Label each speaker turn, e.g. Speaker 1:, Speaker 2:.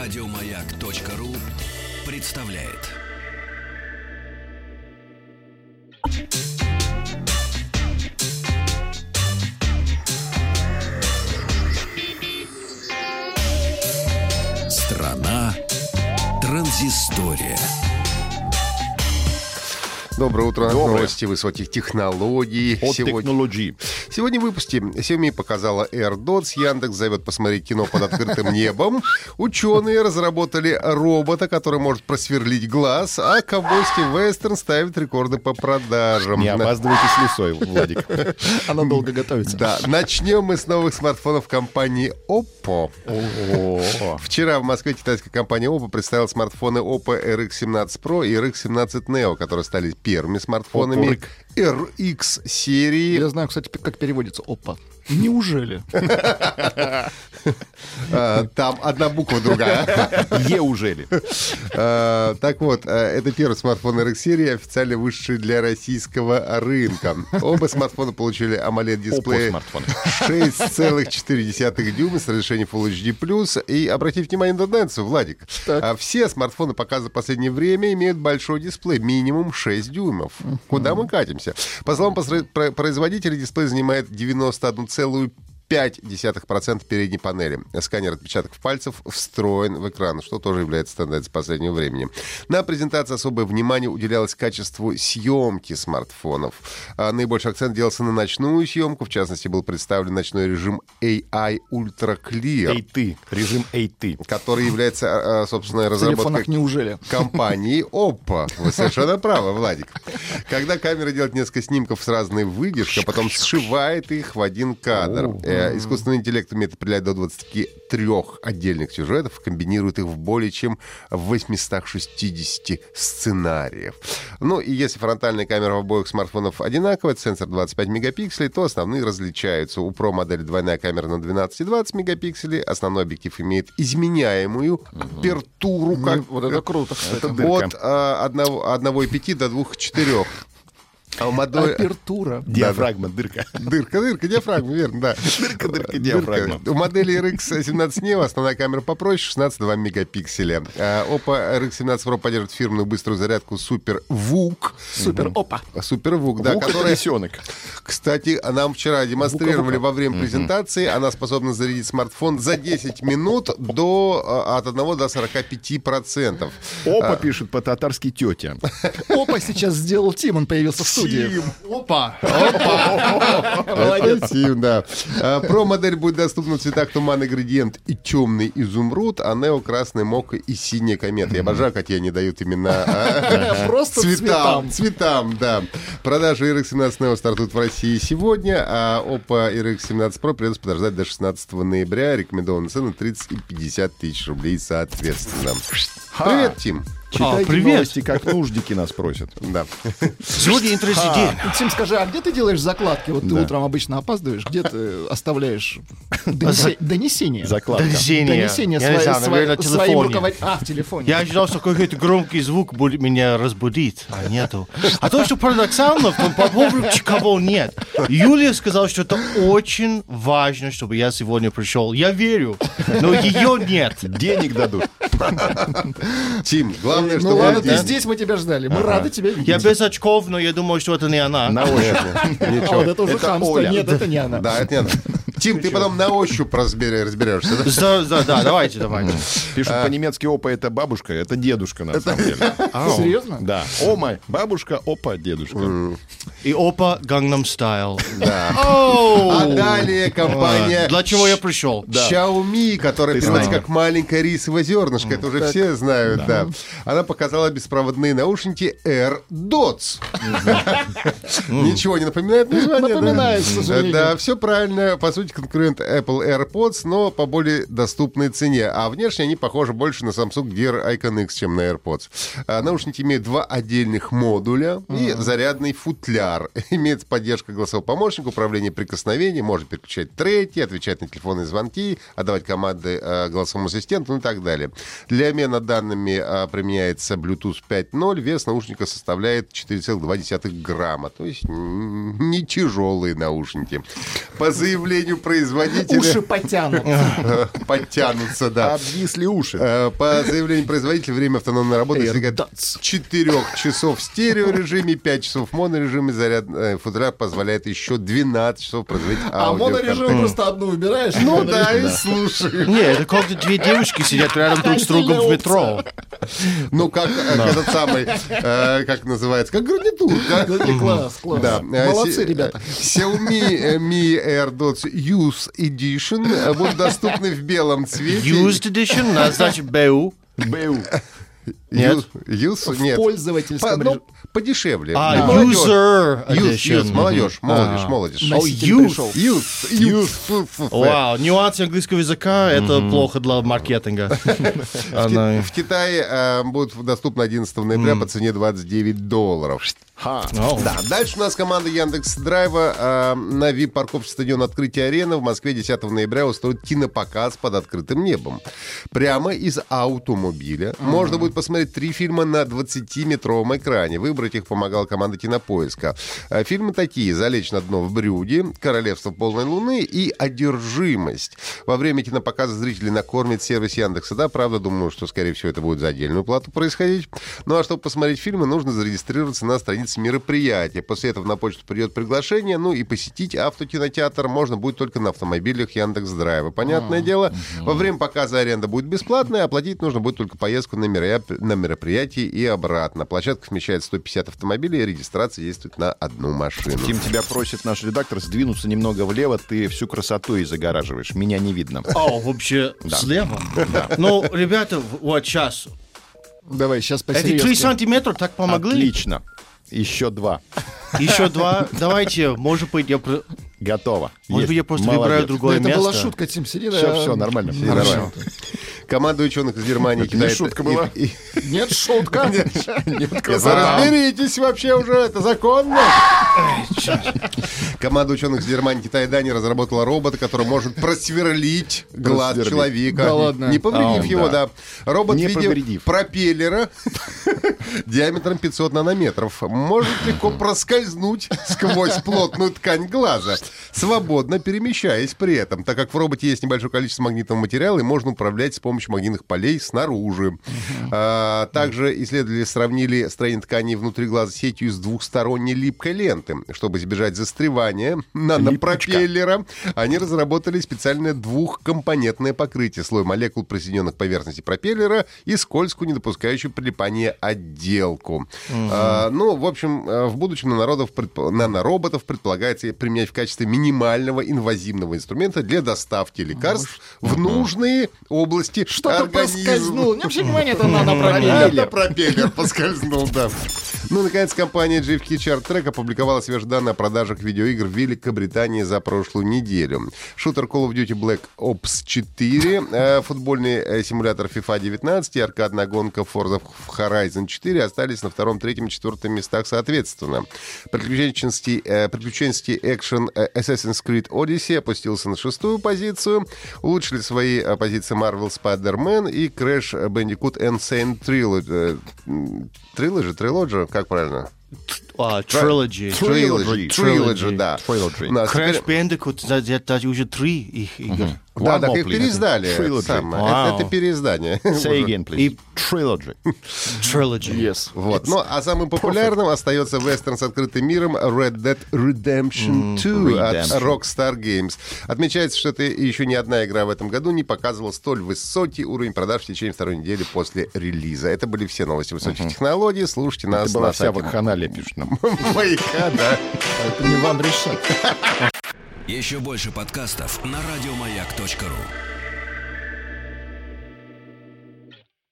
Speaker 1: Радиомаяк.ру представляет. Страна транзистория.
Speaker 2: Доброе утро.
Speaker 3: Доброе. ну.
Speaker 2: Новости высоких технологий.
Speaker 3: От
Speaker 2: Сегодня,
Speaker 3: технологии.
Speaker 2: сегодня в выпуске Xiaomi показала AirDots, Яндекс зовет посмотреть кино под открытым небом. Ученые разработали робота, который может просверлить глаз, а ковбойский вестерн ставит рекорды по продажам.
Speaker 3: Не опаздывайте с лесой, Владик.
Speaker 4: Она долго готовится.
Speaker 2: Да, начнем мы с новых смартфонов компании Oppo.
Speaker 3: О,
Speaker 2: Вчера в Москве китайская компания Oppo представила смартфоны Oppo RX17 Pro и RX17 Neo, которые стали первыми смартфонами
Speaker 3: Опорик.
Speaker 2: RX серии.
Speaker 4: Я знаю, кстати, как переводится «опа». Неужели?
Speaker 2: А, Там одна буква другая.
Speaker 3: Е уже ли?
Speaker 2: А, Так вот, а, это первый смартфон RX серии, официально вышедший для российского рынка. Оба смартфона получили AMOLED-дисплей
Speaker 3: Опа-смартфоны.
Speaker 2: 6,4 дюйма с разрешением Full HD+. И обратите внимание на тенденцию, Владик. А Все смартфоны показа в последнее время имеют большой дисплей, минимум 6 дюймов. Куда мы катимся? По словам посра- про- производителя, дисплей занимает 91,5 0,5% передней панели. Сканер отпечатков пальцев встроен в экран, что тоже является тенденцией последнего времени. На презентации особое внимание уделялось качеству съемки смартфонов. А Наибольший акцент делался на ночную съемку. В частности, был представлен ночной режим AI Ultra
Speaker 3: Эй
Speaker 2: Clear,
Speaker 3: ты. Режим эй ты.
Speaker 2: который является, а, а, собственно,
Speaker 4: В телефонах
Speaker 2: разработкой
Speaker 4: неужели?
Speaker 2: компании Oppo. Вы совершенно правы, Владик. Когда камера делает несколько снимков с разной выдержкой, а потом сшивает их в один кадр. Э, Искусственный интеллект умеет определять до 23 отдельных сюжетов, комбинирует их в более чем в 860 сценариев. Ну и если фронтальная камера в обоих смартфонов одинаковая, это сенсор 25 мегапикселей, то основные различаются. У Pro модели двойная камера на 12 и 20 мегапикселей, основной объектив имеет изменяемую апертуру, как
Speaker 4: Вот это круто, кстати.
Speaker 3: дырка.
Speaker 2: от а, одного- 1,5 до 2,4. А у модели...
Speaker 4: Апертура.
Speaker 3: Диафрагма, дырка.
Speaker 2: Дырка, дырка, диафрагма, верно, да.
Speaker 3: Дырка, дырка, диафрагма.
Speaker 2: Дырка. У модели RX 17 Neo основная камера попроще, 16,2 мегапикселя. А Oppo RX 17 Pro поддерживает фирменную быструю зарядку Super VOOC.
Speaker 4: Супер, опа.
Speaker 2: Super VOOC, да,
Speaker 3: Лук это
Speaker 2: которая
Speaker 3: лисенок.
Speaker 2: Кстати, а нам вчера демонстрировали во время презентации. Она способна зарядить смартфон за 10 минут до, а, от 1 до 45 процентов.
Speaker 3: Опа пишет по-татарски тетя.
Speaker 4: А. Опа сейчас сделал Тим, он появился в студии. Опа. Молодец.
Speaker 2: А, да. А, Про-модель будет доступна в цветах туман, градиент и темный изумруд, а нео красный мок и синяя комета. Я обожаю, как они дают имена а,
Speaker 4: Просто
Speaker 2: цветам.
Speaker 4: цветам.
Speaker 2: Цветам, да. Продажи RX 17 Neo стартуют в России сегодня, а Oppo RX 17 Pro придется подождать до 16 ноября. Рекомендована цена 30 и 50 тысяч рублей соответственно. Привет, Тим.
Speaker 3: Читайте
Speaker 5: привет.
Speaker 3: новости, как нуждики нас просят.
Speaker 2: Да.
Speaker 5: Сегодня интересный день.
Speaker 4: А, Тим, скажи, а где ты делаешь закладки? Вот ты
Speaker 3: Да.
Speaker 4: утром обычно опаздываешь, где ты оставляешь донесе- донесение?
Speaker 3: Закладка.
Speaker 5: Донесение.
Speaker 4: Донесение
Speaker 5: Я не
Speaker 4: свои-
Speaker 5: знаю,
Speaker 4: свои-
Speaker 5: наверное, на
Speaker 4: своим
Speaker 5: телефоне.
Speaker 4: руководителем. А, в телефоне.
Speaker 5: Я ожидал, что какой-то громкий звук будет меня разбудит, а нету. А то, что парадоксально, по по поводу кого нет. Юлия сказала, что это очень важно, чтобы я сегодня пришел. Я верю, но ее нет.
Speaker 3: Денег дадут.
Speaker 2: Тим, главное, что
Speaker 4: Ну
Speaker 2: вы
Speaker 4: ладно, ты
Speaker 2: здесь.
Speaker 4: здесь, мы тебя ждали. Мы рады тебя видеть.
Speaker 5: Я без очков, но я думаю, что это не она.
Speaker 3: На ощупь.
Speaker 4: А вот это уже хамство.
Speaker 3: Оля.
Speaker 4: Нет, это не она.
Speaker 2: Да, это не надо. Тим, ты потом на ощупь разбере- разберешься, да?
Speaker 5: Да, да, да, давайте, давайте.
Speaker 3: Пишут по-немецки опа это бабушка, это дедушка на самом деле.
Speaker 4: Серьезно?
Speaker 3: Да. Ома бабушка, опа дедушка.
Speaker 5: И опа, Gangnam Style.
Speaker 2: А далее компания
Speaker 5: А, Для чего я пришел?
Speaker 2: Xiaomi, которая переводится как маленькое рисовое зернышко, это уже все знают, да. Она показала беспроводные наушники AirDots. Ничего не напоминает название? да?
Speaker 4: Напоминает, к сожалению.
Speaker 2: Да, все правильно. По сути, конкурент Apple AirPods, но по более доступной цене. А внешне они похожи больше на Samsung Gear Icon X, чем на AirPods. А Наушники имеют два отдельных модуля и зарядный футляр. Имеется поддержка голосового помощника, управление прикосновением, может переключать треки, отвечать на телефонные звонки, отдавать команды э, голосовому ассистенту ну и так далее. Для обмена данными э, применяется Bluetooth 5.0. Вес наушника составляет 4,2 грамма. То есть м, не тяжелые наушники. По заявлению производителя
Speaker 4: Уши А, потянут.
Speaker 2: подтянутся, да.
Speaker 3: Обвисли уши.
Speaker 2: Э, По заявлению производителя, время автономной работы достигает
Speaker 4: Эрдац.
Speaker 2: 4 часов в стереорежиме, 5 часов в монорежиме. Заряд э, футляр позволяет еще 12 часов производить
Speaker 4: А
Speaker 2: аудио.
Speaker 4: монорежим просто одну выбираешь.
Speaker 2: Ну да, и слушай.
Speaker 5: Не, это как-то две девушки сидят рядом друг с другом в метро.
Speaker 2: Ну, как э, этот самый, э, как называется, как гарнитур, да?
Speaker 4: Класс, класс.
Speaker 2: Да. Э,
Speaker 4: Молодцы,
Speaker 2: се-
Speaker 4: ребята.
Speaker 2: э, Xiaomi э, Mi AirDots Use Edition э, будут доступны в белом цвете.
Speaker 5: Used edition, надо значит БУ.
Speaker 4: БУ.
Speaker 2: Ю- Use,
Speaker 4: В
Speaker 2: э, нет. По-
Speaker 4: пользовательском
Speaker 2: ну,
Speaker 4: режиме.
Speaker 2: подешевле.
Speaker 5: А,
Speaker 2: Да.
Speaker 5: user
Speaker 2: Use,
Speaker 5: edition.
Speaker 2: use, молодежь, молодежь,
Speaker 5: А.
Speaker 2: молодежь.
Speaker 4: Носитель
Speaker 5: youth.
Speaker 4: пришел.
Speaker 2: Use, use, фу- фу- фу.
Speaker 5: Вау, нюансы английского языка — это плохо для маркетинга. Она-
Speaker 2: В Китае э, будут доступны 11 ноября по цене 29 долларов.
Speaker 5: О.
Speaker 2: Да, дальше у нас команда Яндекс Драйва э, на VIP-парковке стадион Открытия Арена в Москве 10 ноября устроит кинопоказ под открытым небом. Прямо из автомобиля можно будет посмотреть три фильма на 20-метровом экране. Выбрать их помогала команда Кинопоиска. Э, Фильмы такие «Залечь на дно в брюге», «Королевство полной луны» и «Одержимость». Во время кинопоказа зрители накормят сервис Яндекса. Да, правда, думаю, что, скорее всего, это будет за отдельную плату происходить. Ну а чтобы посмотреть фильмы, нужно зарегистрироваться на странице мероприятия. После этого на почту придет приглашение, ну и посетить автокинотеатр можно будет только на автомобилях Яндекс.Драйва. Понятное дело, во время показа аренда будет бесплатная, оплатить нужно будет только поездку на, меря- на мероприятие и обратно. Площадка вмещает 150 автомобилей, и регистрация действует на одну машину.
Speaker 3: Тим, тебя просит наш редактор сдвинуться немного влево, ты всю красоту и загораживаешь. Меня не видно.
Speaker 5: О, А, вообще слева. Ну, ребята, вот сейчас.
Speaker 4: Давай, сейчас
Speaker 5: Эти три
Speaker 4: посерьезнее.
Speaker 5: сантиметра так помогли.
Speaker 3: Отлично. Еще два.
Speaker 5: Еще два. Давайте, может быть, я... про-
Speaker 3: Готово.
Speaker 5: Может быть, я просто выбираю другое
Speaker 4: Ну, Это была
Speaker 5: место.
Speaker 4: шутка, Тим, сиди.
Speaker 3: Все,
Speaker 4: да.
Speaker 3: все, нормально.
Speaker 2: Все нормально. Команда ученых из Германии,
Speaker 3: Это не
Speaker 2: Китая
Speaker 3: шутка
Speaker 2: и-
Speaker 3: была.
Speaker 2: и-
Speaker 4: Нет, шутка. Нет,
Speaker 2: Да Разберитесь вообще уже, это законно. Команда ученых из Германии, Китая и Дании разработала робота, который может просверлить глаз
Speaker 3: Просверлить.
Speaker 2: человека.
Speaker 4: Да ладно?
Speaker 2: Не повредив
Speaker 3: А,
Speaker 2: его, да. Робот
Speaker 3: Не
Speaker 2: в виде
Speaker 3: повредив.
Speaker 2: пропеллера диаметром 500 нанометров может легко проскользнуть сквозь плотную ткань глаза, свободно перемещаясь при этом, так как в роботе есть небольшое количество магнитного материала и можно управлять с помощью магнитных полей снаружи. А, Также исследователи сравнили строение тканей внутри глаза сетью из двухсторонней липкой ленты. Чтобы избежать застревания нанопропеллера, они разработали специальное двухкомпонентное покрытие, слой молекул, присоединенных к поверхности пропеллера и скользкую, не допускающую прилипание отделку. А, ну, в общем, э, в будущем нанородов предпо- нанороботов предполагается применять в качестве минимального инвазивного инструмента для доставки лекарств в нужные области
Speaker 4: Что-то
Speaker 2: организма.
Speaker 4: проскользнуло. Не обращай внимания, это надо проверить.
Speaker 2: Пропеллер. пропеллер поскользнул, да. Ну, наконец, компания GFK Chart Track опубликовала свежие данные о продажах видеоигр в Великобритании за прошлую неделю. Шутер Call of Duty Black Ops 4, э, футбольный э, симулятор FIFA 19 и аркадная гонка Forza Horizon 4 остались на втором, третьем и четвертом местах соответственно. Приключенческий, э, приключенческий экшен э, Assassin's Creed Odyssey опустился на шестую позицию. Улучшили свои э, позиции Marvel Spider-Man и Crash Bandicoot Insane Trilogy. э, Trilogy? Trilogy? Как правильно?
Speaker 5: А, Trilogy.
Speaker 2: Trilogy. Trilogy, да.
Speaker 3: Trilogy.
Speaker 2: У нас теперь-
Speaker 5: Crash Bandicoot, да, да, даже уже три их игры.
Speaker 2: Да,
Speaker 3: One
Speaker 2: да,
Speaker 3: more,
Speaker 2: их
Speaker 3: please.
Speaker 2: переиздали. это
Speaker 3: Trilogy.
Speaker 2: самое.
Speaker 5: Вау.
Speaker 2: Это, это переиздание.
Speaker 3: Say again, please.
Speaker 5: И-
Speaker 3: Trilogy.
Speaker 5: Trilogy.
Speaker 4: Yes.
Speaker 2: Вот. Ну, а самым популярным остается вестерн с открытым миром Red Dead Redemption 2 от
Speaker 3: Redemption.
Speaker 2: Rockstar Games. Отмечается, что это еще ни одна игра в этом году не показывала столь высокий уровень продаж в течение второй недели после релиза. Это были все новости высоких технологий. Слушайте нас
Speaker 3: Это была
Speaker 2: на
Speaker 3: вся
Speaker 2: сайте
Speaker 3: вакханалия, пишет нам.
Speaker 2: Маяка, да.
Speaker 4: Это не вам решать.
Speaker 1: Еще больше подкастов на радиомаяк.ру.